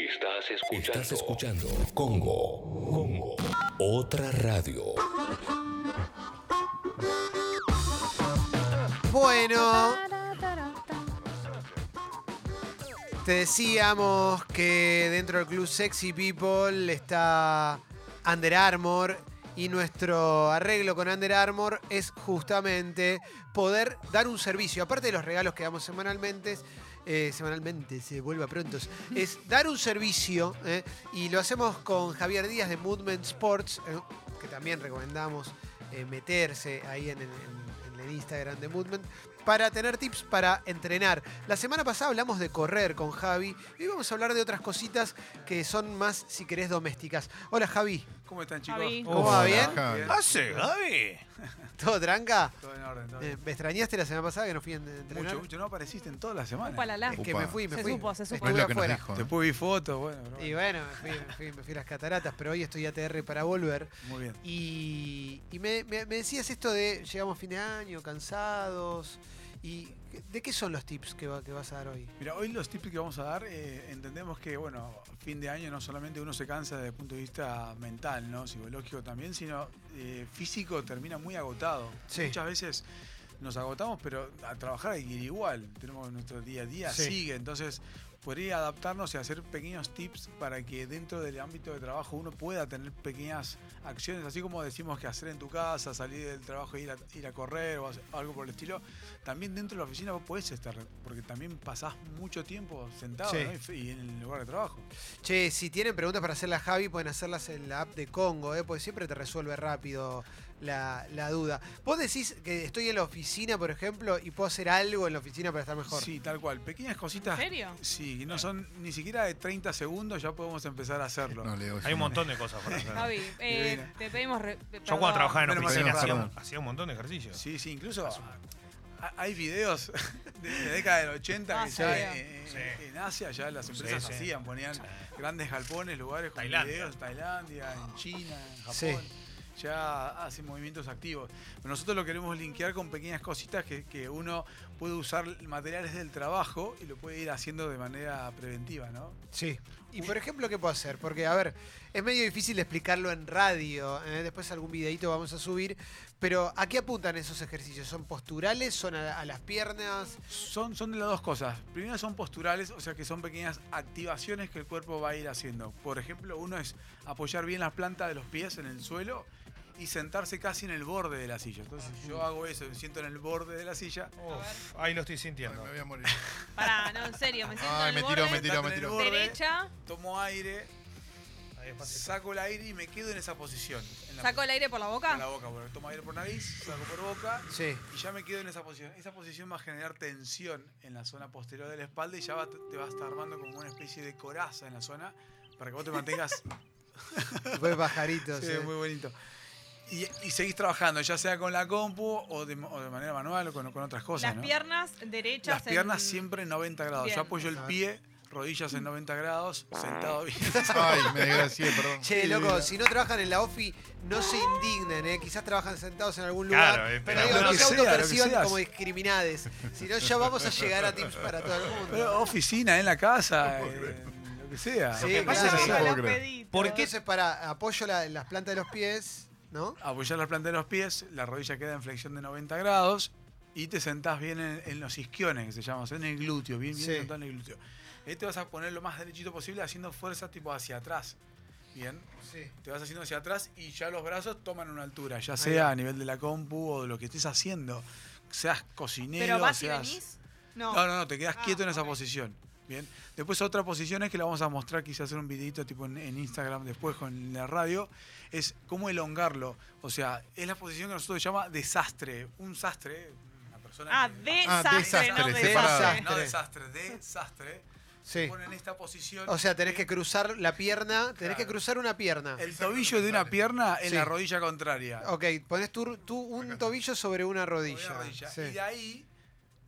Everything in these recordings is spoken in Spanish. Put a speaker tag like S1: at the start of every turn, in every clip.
S1: Estás escuchando.
S2: Estás escuchando Congo. Congo. Otra radio.
S3: Bueno,
S4: Ah.
S3: te decíamos que dentro del club Sexy People está Under Armour y nuestro arreglo con Under Armour es justamente poder dar un servicio, aparte de los regalos que damos semanalmente, eh, semanalmente, se vuelva pronto, es dar un servicio eh, y lo hacemos con Javier Díaz de Movement Sports, eh, que también recomendamos eh, meterse ahí en, el- en- en el Instagram de Movement para tener tips para entrenar. La semana pasada hablamos de correr con Javi y vamos a hablar de otras cositas que son más, si querés, domésticas. Hola Javi,
S4: ¿Cómo están, chicos?
S5: Javi.
S3: ¿Cómo va? ¿Bien? Ah,
S6: Javi.
S4: ¿Hace, Gaby?
S3: ¿todo tranca?
S4: Todo en orden, todo
S3: Eh,
S4: bien.
S3: ¿Me extrañaste la semana pasada que no fui a en- entrenar?
S4: Mucho, mucho. No apareciste en toda la semana.
S5: Upalala.
S3: Es que
S6: Upa.
S3: me fui, me
S5: Se
S3: fui.
S5: supo, se supo.
S6: No es
S3: Estuve
S6: lo que nos
S3: afuera.
S6: dijo. ¿eh?
S4: Después vi fotos, bueno. pero
S3: Y bueno, me fui, me fui- me fui a las cataratas, pero hoy estoy ATR para volver.
S4: Muy bien.
S3: Y, y me, me- me decías esto de llegamos fin de año, cansados. ¿Y de qué son los tips que, va- que vas a dar hoy?
S4: Mira, hoy los tips que vamos a dar, eh, entendemos que, bueno, fin de año no solamente uno se cansa desde el punto de vista mental, ¿no? Psicológico también, sino eh, físico termina muy agotado.
S3: Sí.
S4: Muchas veces nos agotamos, pero a trabajar hay que ir igual. Tenemos nuestro día a día,
S3: Sí.
S4: sigue. Entonces, podría adaptarnos y hacer pequeños tips para que dentro del ámbito de trabajo uno pueda tener pequeñas acciones, así como decimos que hacer en tu casa, salir del trabajo e ir a, ir a correr o hacer algo por el estilo. También dentro de la oficina vos podés estar, porque también pasás mucho tiempo sentado
S3: Sí.
S4: ¿no? Y f- y en el lugar de trabajo.
S3: Che, si tienen preguntas para hacerle a Javi, pueden hacerlas en la app de Congo, ¿eh? porque siempre te resuelve rápido la, la duda. Vos decís que estoy en la oficina, por ejemplo, y puedo hacer algo en la oficina para estar mejor.
S4: Sí, tal cual. Pequeñas
S5: ¿En
S4: cositas.
S5: serio?
S4: Sí, que no son ni siquiera de 30 segundos, ya podemos empezar a hacerlo.
S6: No, Leo, es
S7: Hay un montón de cosas para hacer.
S5: Javi, eh,
S4: Ah, Divina.
S5: te pedimos. re- te-
S7: Yo
S5: perdón.
S7: cuando trabajaba en
S4: Menos mal
S7: oficina
S4: que
S7: hacía,
S6: cerramos.
S7: un- hacía un montón de ejercicios.
S4: Sí, sí, incluso ha- hay videos de la década del 80
S5: Ah,
S4: que
S5: sí.
S4: ya en,
S7: Sí.
S4: en Asia ya las empresas
S7: Sí, sí.
S4: hacían, ponían grandes galpones, lugares con
S7: Tailandia.
S4: videos, Tailandia, en China, en Japón.
S3: Sí.
S4: Ya hacen movimientos activos. Pero nosotros lo queremos linkear con pequeñas cositas que, que uno puede usar materiales del trabajo y lo puede ir haciendo de manera preventiva, ¿no?
S3: Sí. Y por ejemplo, ¿qué puedo hacer? Porque, a ver, es medio difícil explicarlo en radio. ¿eh? Después algún videito vamos a subir. Pero, ¿a qué apuntan esos ejercicios? ¿Son posturales? ¿Son a, a las piernas?
S4: Son, son de las dos cosas. Primero son posturales, o sea que son pequeñas activaciones que el cuerpo va a ir haciendo. Por ejemplo, uno es apoyar bien las plantas de los pies en el suelo y sentarse casi en el borde de la silla. Entonces yo hago eso, me siento en el borde de la silla.
S7: Uf, ahí lo estoy
S6: Ay,
S7: sintiendo.
S6: me voy a morir.
S5: Pará, no, en serio, me siento
S6: Ay,
S5: en
S6: me
S5: el
S6: tiró,
S5: borde,
S6: me tiró, me
S4: Sentate en el
S6: tiró.
S4: borde.
S5: Derecha,
S4: Tomo aire,
S7: Ahí despacito.
S4: saco el aire y me quedo en esa posición. En la,
S5: saco el aire por la
S4: por la
S5: boca.
S4: boca, bueno, tomo aire por nariz, saco por boca
S3: Sí.
S4: y ya me quedo en esa posición. Esa posición va a generar tensión en la zona posterior de la espalda y ya va- te vas a estar armando como una especie de coraza en la zona para que vos te mantengas.
S3: Pues pajaritos.
S4: Sí,
S3: ¿eh?
S4: muy bonito. Y, y seguís trabajando, ya sea con la compu o de, o de manera manual o con, con otras cosas.
S5: Las
S4: ¿no?
S5: piernas derechas.
S4: Las piernas
S5: en-
S4: siempre en 90 grados.
S5: Bien.
S4: Yo apoyo el
S3: Ajá.
S4: pie, rodillas en 90 grados, sentado bien.
S6: Ay, me desgracié, perdón. Eh,
S3: Che, loco, si no trabajan en la ofi, no se indignen, ¿eh? Quizás trabajan sentados en algún lugar.
S7: Claro, eh,
S3: pero
S7: pero
S3: digo,
S4: lo
S3: no
S4: que
S3: se
S4: sea, lo que
S3: autoperciban
S4: seas.
S3: como discriminades. Si no, ya vamos a llegar a tips para todo el mundo.
S4: Pero oficina, en la casa, en lo que sea.
S3: Sí,
S5: Lo que pasa
S3: claro. No
S5: es que yo
S6: puedo
S5: las
S6: creer.
S5: pedí.
S7: ¿Por qué?
S3: Entonces, para apoyo la- las plantas de los pies, ¿no?
S4: apoyar la planta de los pies, la rodilla queda en flexión de 90 grados y te sentás bien en, en los isquiones, que se llaman, o sea, en el glúteo, bien, bien
S3: Sí.
S4: sentado en el glúteo. Ahí te vas a poner lo más derechito posible haciendo fuerza tipo hacia atrás. Bien,
S3: Sí.
S4: te vas haciendo hacia atrás y ya los brazos toman una altura, ya sea a nivel de la compu o de lo que estés haciendo, seas cocinero,
S5: ¿Pero vas y
S4: seas...
S5: venís? No.
S4: No, no, no, te quedas
S5: Ah,
S4: quieto en esa
S5: ok.
S4: posición. Bien. Después otra posición es que la vamos a mostrar, quizás hacer un videito tipo en, en Instagram después con la radio, es cómo elongarlo. O sea, es la posición que nosotros llama desastre. Un sastre, una persona...
S5: Ah,
S4: que-
S5: desastre, no
S6: desastre,
S5: desastre.
S3: separado.
S4: No desastre, desastre. Se
S3: Sí.
S4: pone en esta posición.
S3: O sea, tenés que cruzar la pierna, tenés que
S4: Claro.
S3: cruzar una pierna.
S4: El tobillo de una pierna en
S3: Sí.
S4: la rodilla contraria.
S3: Ok, pones tú, tú un tobillo sobre una rodilla.
S4: Una rodilla.
S3: Sí.
S4: Y de ahí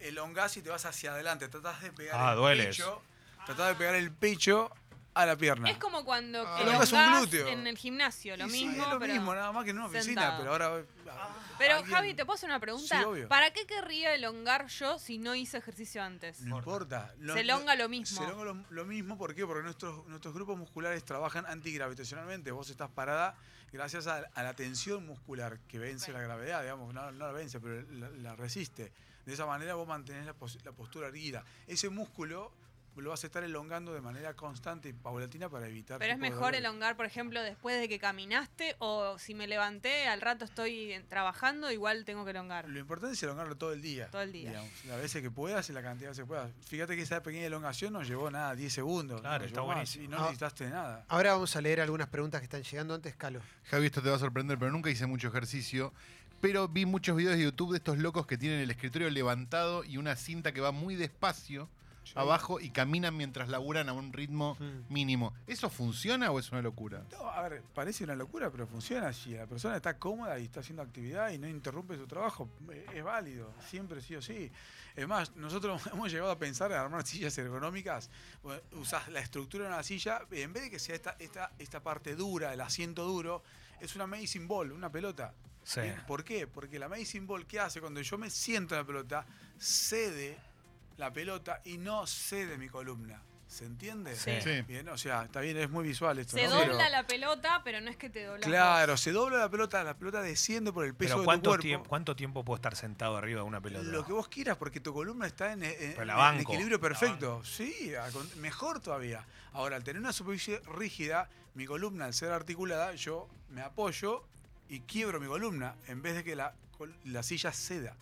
S4: elongás y te vas hacia adelante. Tratás de pegar
S7: Ah,
S4: el
S7: dueles.
S4: pecho. Tratás de pegar el pecho a la pierna.
S5: Es como cuando
S6: Ah.
S5: elongas
S4: Elongas un glúteo.
S5: en el gimnasio, lo
S4: Y sí,
S5: mismo.
S4: es lo
S5: pero...
S4: mismo, nada más que en una oficina,
S5: sentado.
S4: pero ahora. eh,
S5: Pero,
S4: alguien-
S5: Javi, te puedo hacer una pregunta.
S4: Sí, obvio.
S5: ¿Para qué querría elongar yo si no hice ejercicio antes?
S4: No importa. Lo-
S5: Se
S4: lo-
S5: elonga lo mismo.
S4: Se elonga lo, lo mismo, ¿por qué? Porque nuestros, nuestros grupos musculares trabajan antigravitacionalmente. Vos estás parada gracias a, a la tensión muscular que vence la gravedad, digamos, no, no la vence, pero la, la resiste. De esa manera vos mantenés la, pos- la postura erguida. Ese músculo lo vas a estar elongando de manera constante y paulatina para evitar...
S5: Pero es
S4: tipos de
S5: mejor
S4: dolores.
S5: elongar, por ejemplo, después de que caminaste o si me levanté, al rato estoy en- trabajando, igual tengo que elongar.
S4: Lo importante es elongarlo todo el día.
S5: Todo el día.
S4: digamos, las veces que puedas y la cantidad que se pueda. Fíjate que esa pequeña elongación nos llevó nada, 10 segundos.
S7: Claro,
S4: no
S7: está
S4: llevó más,
S7: buenísimo.
S4: Y no
S3: Ah.
S4: necesitaste nada.
S3: Ahora vamos a leer algunas preguntas que están llegando antes, Calo.
S6: Javi, esto te va a sorprender, pero nunca hice mucho ejercicio. Pero vi muchos videos de YouTube de estos locos que tienen el escritorio levantado y una cinta que va muy despacio abajo y caminan mientras laburan a un ritmo
S3: Mm.
S6: mínimo. ¿Eso funciona o es una locura?
S4: No, a ver, parece una locura, pero funciona. Si la persona está cómoda y está haciendo actividad y no interrumpe su trabajo, eh, es válido, siempre sí o sí. Es más, nosotros hemos llegado a pensar en armar sillas ergonómicas. Bueno, Usás la estructura de una silla, y en vez de que sea esta, esta, esta parte dura, el asiento duro, es una medicine ball, una pelota.
S7: Sí.
S4: Bien, ¿Por qué? Porque la medicine ball, ¿qué hace? Cuando yo me siento en la pelota, cede la pelota y no cede mi columna. ¿Se entiende?
S5: Sí.
S6: Sí.
S4: Bien, o sea, está bien, es muy visual esto.
S5: Se
S4: ¿no?
S5: dobla
S4: Pero-
S5: la pelota, pero no es que te dobla.
S4: Claro, se dobla la pelota, la pelota desciende por el peso
S7: Pero
S4: de tu
S7: ¿cuánto,
S4: cuerpo.
S7: tiemp- ¿cuánto tiempo puedo estar sentado arriba de una pelota?
S4: Lo que vos quieras, porque tu columna está en, en-
S7: Pero la
S4: en
S7: banco,
S4: equilibrio
S7: la
S4: perfecto. Sí, a con- mejor todavía. Ahora, al tener una superficie rígida, mi columna, al ser articulada, yo me apoyo y quiebro mi columna en vez de que la, col- la silla ceda.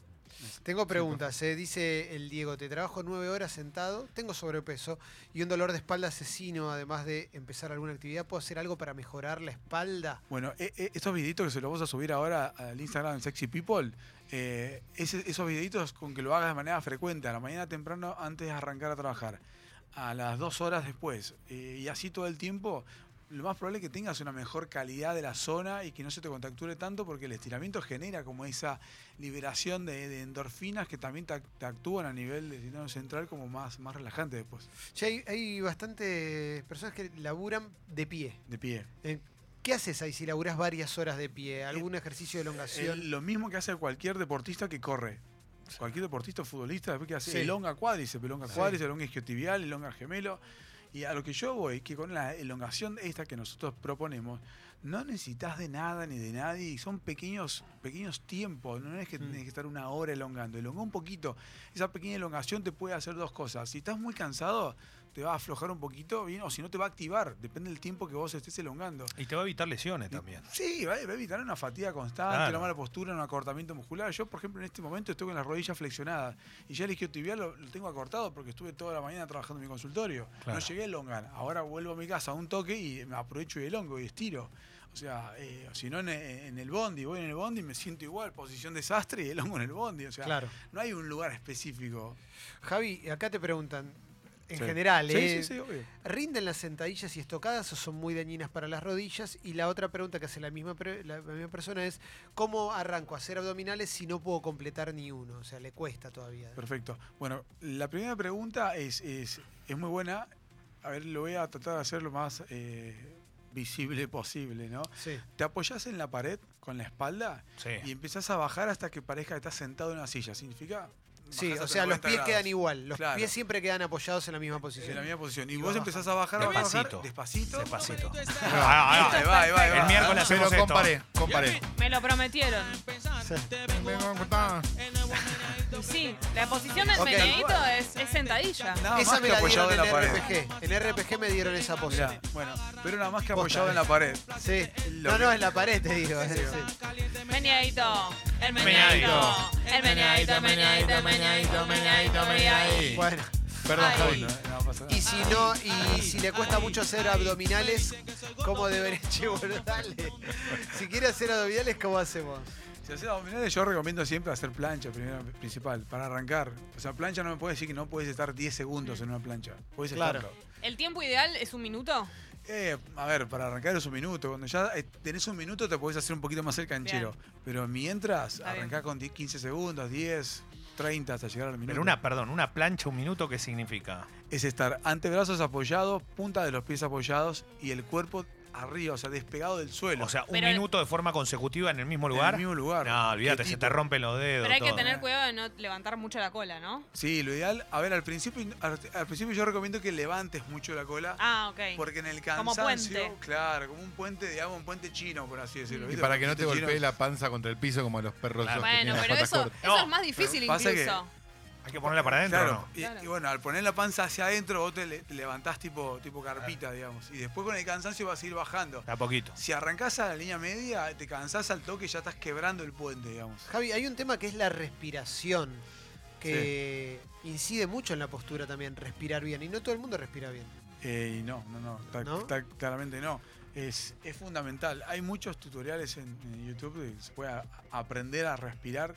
S3: Tengo preguntas, eh. dice el Diego, te trabajo nueve horas sentado, tengo sobrepeso y un dolor de espalda asesino, además de empezar alguna actividad, ¿puedo hacer algo para mejorar la espalda?
S4: Bueno, e- e- estos videitos que se los vamos a subir ahora al Instagram de Sexy People, eh, ese- esos videitos con que lo hagas de manera frecuente, a la mañana temprano antes de arrancar a trabajar, a las dos horas después, eh, y así todo el tiempo, lo más probable es que tengas una mejor calidad de la zona y que no se te contacture tanto porque el estiramiento genera como esa liberación de, de endorfinas que también te, ac- te actúan a nivel del sistema central como más, más relajante después,
S3: Ya hay, hay bastantes personas que laburan de pie.
S4: de pie.
S3: Eh, ¿Qué haces ahí si laburas varias horas de pie? ¿Algún ejercicio de elongación?
S4: Eh, El- lo mismo que hace cualquier deportista que corre. Cualquier deportista o futbolista, después que hace
S3: Sí.
S4: elonga cuádriceps, elonga
S3: Sí.
S4: cuádriceps, elonga isquiotibial, elonga gemelo. Y a lo que yo voy, que con la elongación esta que nosotros proponemos, no necesitas de nada ni de nadie, y son pequeños, pequeños tiempos, no es que
S3: Mm.
S4: tenés que estar una hora elongando, elonga un poquito. Esa pequeña elongación te puede hacer dos cosas. Si estás muy cansado, te va a aflojar un poquito, bien, o si no te va a activar, depende del tiempo que vos estés elongando.
S7: Y te va a evitar lesiones también.
S4: Sí, va va a evitar una fatiga constante,
S7: Claro.
S4: una mala postura, un acortamiento muscular. Yo, por ejemplo, en este momento estoy con las rodillas flexionadas y ya el isquiotibial lo, lo tengo acortado porque estuve toda la mañana trabajando en mi consultorio.
S7: Claro.
S4: No llegué a elongar. Ahora vuelvo a mi casa a un toque y me aprovecho y elongo y estiro. O sea, eh, si no en, en el bondi, voy en el bondi y me siento igual, posición desastre y elongo en el bondi. O sea,
S3: Claro.
S4: no hay un lugar específico.
S3: Javi, acá te preguntan, en
S7: Sí.
S3: general,
S4: Sí,
S3: eh,
S4: sí, sí, obvio.
S3: ¿rinden las sentadillas y estocadas o son muy dañinas para las rodillas? Y la otra pregunta que hace la misma, pre- la misma persona es, ¿cómo arranco a hacer abdominales si no puedo completar ni uno? O sea, le cuesta todavía.
S4: Perfecto. Bueno, la primera pregunta es, es, es muy buena. A ver, lo voy a tratar de hacer lo más eh, visible posible, ¿no?
S3: Sí.
S4: Te apoyas en la pared con la espalda
S7: Sí.
S4: y empezás a bajar hasta que parezca que estás sentado en una silla. ¿Significa?
S3: Sí,
S4: bajás
S3: o
S4: hasta
S3: sea, los
S4: 90
S3: pies
S4: grados.
S3: quedan igual. Los
S4: Claro.
S3: pies siempre quedan apoyados en la misma posición.
S4: En la misma posición. Y,
S3: Y
S4: vos
S3: vas
S4: empezás a bajar, a bajar,
S7: Despacito.
S4: despacito.
S7: Despacito.
S4: Ah,
S7: Ah,
S4: ahí va, ahí va, ahí
S7: El
S4: va.
S7: miércoles
S6: Pero
S7: hacemos esto.
S6: comparé, comparé.
S5: Me lo prometieron.
S6: Pero
S5: Y Sí, la posición del
S3: Ok.
S5: meneíto es, es sentadilla.
S4: Nada
S3: esa
S4: ah, más
S3: me
S4: que
S3: la
S4: apoyado
S3: dieron en
S4: en la pared.
S3: RPG. En RPG me dieron esa
S4: Mirá,
S3: posición.
S4: bueno, pero nada más que
S3: Posta,
S4: apoyado
S3: eh.
S4: en la pared.
S3: Sí.
S4: Lo
S3: No,
S4: que-
S3: no, en la pared te digo. sí, sí.
S5: Meneadito, el meneadito, el meneadito, el meneadito, el meneadito, el meneadito, el meneadito.
S3: Bueno.
S6: Perdón,
S5: Ay.
S6: Javi.
S4: No, no pasa nada.
S3: Y si no, y si le cuesta mucho hacer abdominales, ¿cómo debería Dale. Si quiere hacer abdominales, ¿cómo hacemos?
S4: Si haces abdominales, yo recomiendo siempre hacer plancha, primero, principal, para arrancar. O sea, plancha no me puede decir que no puedes estar 10 segundos en una plancha. Puedes
S3: Claro.
S4: estarlo.
S5: ¿El tiempo ideal es un minuto?
S4: Eh, a ver, para arrancar es un minuto. Cuando ya eh, tenés un minuto, te podés hacer un poquito más el canchero. Pero mientras,
S5: Está bien.
S4: arrancás con 10, 15 segundos, 10. 30 hasta llegar al minuto.
S7: Pero una, perdón, una plancha, un minuto, ¿qué significa?
S4: Es estar antebrazos apoyados, punta de los pies apoyados y el cuerpo arriba, o sea, despegado del suelo.
S7: O sea, un
S5: Pero-
S7: minuto de forma consecutiva en el mismo lugar.
S4: En el mismo lugar.
S7: No, olvídate, se
S4: Quietito.
S7: te rompen los dedos.
S5: Pero hay que
S7: todo.
S5: tener cuidado de no levantar mucho la cola, ¿no?
S4: Sí, lo ideal, a ver, al principio, al, al principio yo recomiendo que levantes mucho la cola.
S5: Ah, ok.
S4: Porque en el
S5: Como
S4: cansancio,
S5: puente.
S4: claro, como un puente, digamos, un puente chino, por así decirlo.
S6: Y
S4: ¿viste?
S6: para que no te
S4: Los puentes
S6: golpees
S4: chinos-
S6: la panza contra el piso como a los perros.
S7: Claro.
S6: esos que
S5: Bueno,
S6: tienen las
S5: pero
S6: patas
S5: eso,
S6: cortas.
S5: eso
S7: No,
S5: es más difícil
S4: pasa que-
S5: incluso.
S7: Hay que ponerla para adentro,
S4: Claro,
S7: ¿o
S4: y,
S5: Claro.
S4: y bueno, al poner la panza hacia adentro, vos te, le- te levantás tipo, tipo carpita, digamos. Y después con el cansancio vas a ir bajando.
S7: ¿no? A poquito.
S4: Si arrancás a la línea media, te cansás al toque y ya estás quebrando el puente, digamos.
S3: Javi, hay un tema que es la respiración, que incide mucho en la postura también, respirar bien. Y no todo el mundo respira bien.
S4: Eh, y no, no, no, ta-
S3: ¿No?
S4: ta- claramente no. Es, es fundamental. Hay muchos tutoriales en, en YouTube de que se puede a- aprender a respirar.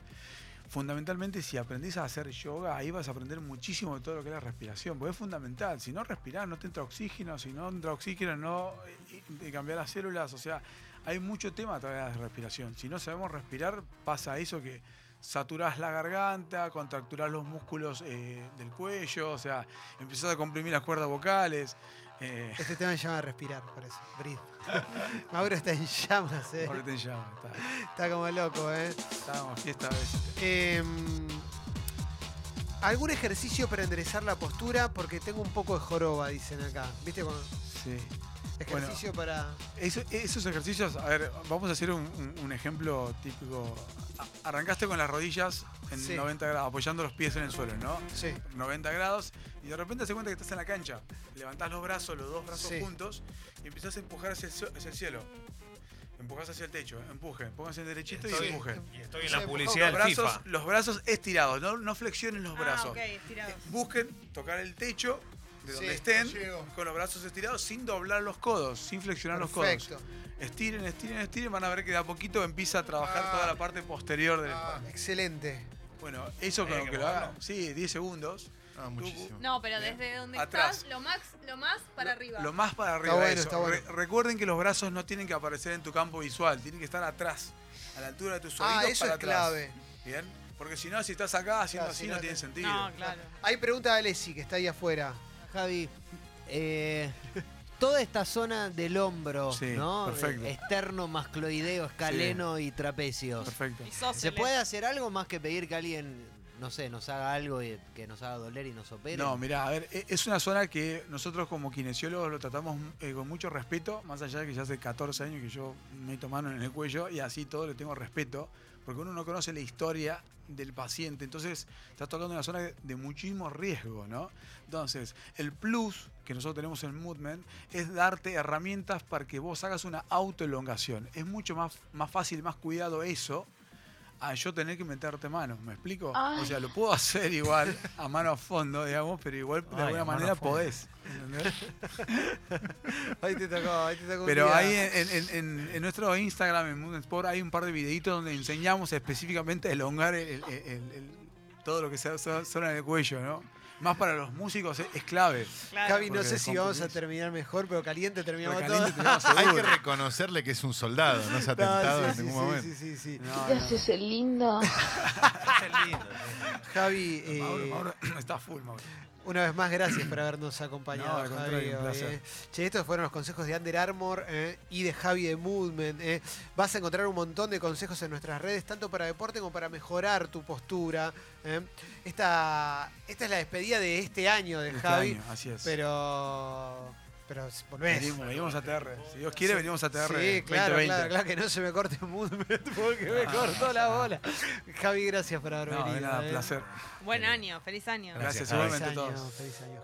S4: Fundamentalmente, si aprendés a hacer yoga, ahí vas a aprender muchísimo de todo lo que es la respiración, porque es fundamental. Si no respirás, no te entra oxígeno, si no entra oxígeno, no eh, te cambiar las células. O sea, hay mucho tema a través de la respiración. Si no sabemos respirar, pasa eso que saturás la garganta, contracturás los músculos eh, del cuello, o sea, empezás a comprimir las cuerdas vocales. eh,
S3: Este tema se llama respirar, parece. Breathe. Mauro está en llamas, eh.
S4: ahorita en llama, está-
S3: Está como loco, ¿eh?
S4: estábamos fiesta a veces.
S3: Eh, ¿Algún ejercicio para enderezar la postura? Porque tengo un poco de joroba, dicen acá. ¿Viste? Cuando-
S4: Sí.
S3: Ejercicio para...
S4: Eso- esos ejercicios, a ver, vamos a hacer un, un- un ejemplo típico. A- Arrancaste con las rodillas en
S3: Sí.
S4: 90 grados, apoyando los pies en el suelo, ¿no?
S3: Sí.
S4: 90 grados y de repente se cuenta que estás en la cancha. Levantás los brazos, los dos brazos
S3: Sí.
S4: juntos y empezás a empujar hacia el, su- hacia el cielo. Empujás hacia el techo, empuje, pónganse derechito
S7: Estoy-
S4: y empuje.
S7: Y estoy en
S3: Se
S7: la
S3: empujó
S7: publicidad
S4: Los
S7: del
S4: brazos,
S7: FIFA.
S4: los brazos estirados, no, no flexionen los
S5: Ah,
S4: brazos.
S5: ok, estirados.
S4: Busquen tocar el techo de donde
S3: Sí,
S4: estén
S6: llego.
S4: con los brazos estirados sin doblar los codos, sin flexionar los codos.
S3: Perfecto.
S4: Estiren, estiren, estiren, van a ver que de a poquito empieza a trabajar
S6: Ah.
S4: toda la parte posterior del
S6: Ah.
S3: Excelente.
S4: Bueno, eso
S7: Había
S4: con lo
S7: que
S4: que lo hagan.
S7: moverlo.
S4: Sí, 10 segundos.
S6: Ah, muchísimo.
S5: No, pero
S4: Bien.
S5: desde donde
S4: Atrás.
S5: estás, lo más, lo más para arriba.
S4: Lo más para arriba.
S3: bueno,
S4: eso.
S3: está bueno.
S4: Re- recuerden que los brazos no tienen que aparecer en tu campo visual, tienen que estar atrás, a la altura de tus oídos.
S3: Ah, eso es
S4: para atrás.
S3: clave.
S4: Bien, porque si no, si estás acá haciendo
S3: Claro,
S4: así,
S3: si
S4: no,
S3: no
S4: tiene
S3: te-
S4: sentido.
S5: no, claro.
S3: Hay pregunta de Alessi, que está ahí afuera.
S1: Javi, eh, toda esta zona del hombro,
S4: Sí,
S1: ¿no?
S4: perfecto.
S1: Eh, Externo, mascloideo, escaleno y trapecio.
S4: Perfecto.
S5: Y sos
S1: ¿Se
S5: el-
S1: puede hacer algo más que pedir que alguien, no sé, nos haga algo y que nos haga doler y nos opere?
S4: No, mira, a ver, e- es una zona que nosotros como kinesiólogos lo tratamos eh, con mucho respeto, más allá de que ya hace 14 años que yo meto mano en el cuello y así todo le tengo respeto, porque uno no conoce la historia del paciente, entonces estás tocando una zona de muchísimo riesgo, ¿no? Entonces, el plus que nosotros tenemos en Movement es darte herramientas para que vos hagas una autoelongación. Es mucho más, más fácil, más cuidado eso a yo tener que meterte mano, ¿me explico? O sea, lo puedo hacer igual, a mano a fondo, digamos, pero igual de
S7: Ay, a
S4: alguna
S7: mano a
S4: manera
S7: fondo.
S4: podés. ¿entendés?
S3: Ahí te tocó, ahí te tocó. un
S4: Pero
S3: día.
S4: ahí en, en- en- en nuestro Instagram, en Movement Sport, hay un par de videitos donde enseñamos específicamente a elongar el- el- el- el- todo lo que se se- suena en el cuello, ¿no? Más para los músicos es, es clave.
S5: Claro.
S3: Javi, no
S4: Porque
S3: sé si vamos a
S4: comprimís.
S3: terminar mejor, pero caliente terminamos
S4: Pero caliente
S3: todo.
S4: terminamos
S6: Hay que
S4: seguro.
S6: reconocerle que es un soldado, no se ha tentado
S3: No,
S6: en
S3: sí,
S6: ningún
S3: sí,
S6: momento.
S3: sí, sí, sí, sí.
S4: No,
S8: ¿Qué
S4: no.
S8: haces, el lindo?
S3: Javi, eh,
S4: Mauro, Mauro, está full, Mauro.
S3: una vez más, gracias por habernos
S4: No,
S3: acompañado,
S4: al
S3: Javi.
S4: contrario, un
S3: hoy,
S4: placer.
S3: eh. Che, estos fueron los consejos de Under Armour eh, y de Javi de Movement. eh. Vas a encontrar un montón de consejos en nuestras redes, tanto para deporte como para mejorar tu postura. eh. Esta, esta es la despedida de este año de
S4: Este
S3: Javi,
S4: año, así es.
S3: pero. Pero volvés.
S4: venimos, venimos a TR. Si Dios quiere, venimos a TR.
S3: Sí, claro,
S4: 2020.
S3: claro, claro, que no se me corte Movement porque me cortó la bola. Javi, gracias por haber
S4: Ah. No,
S3: venido.
S4: de nada,
S3: eh.
S4: placer.
S5: Buen año, feliz año.
S4: Gracias,
S7: Javi.
S4: igualmente a
S3: Feliz año,
S4: todos.
S3: feliz año.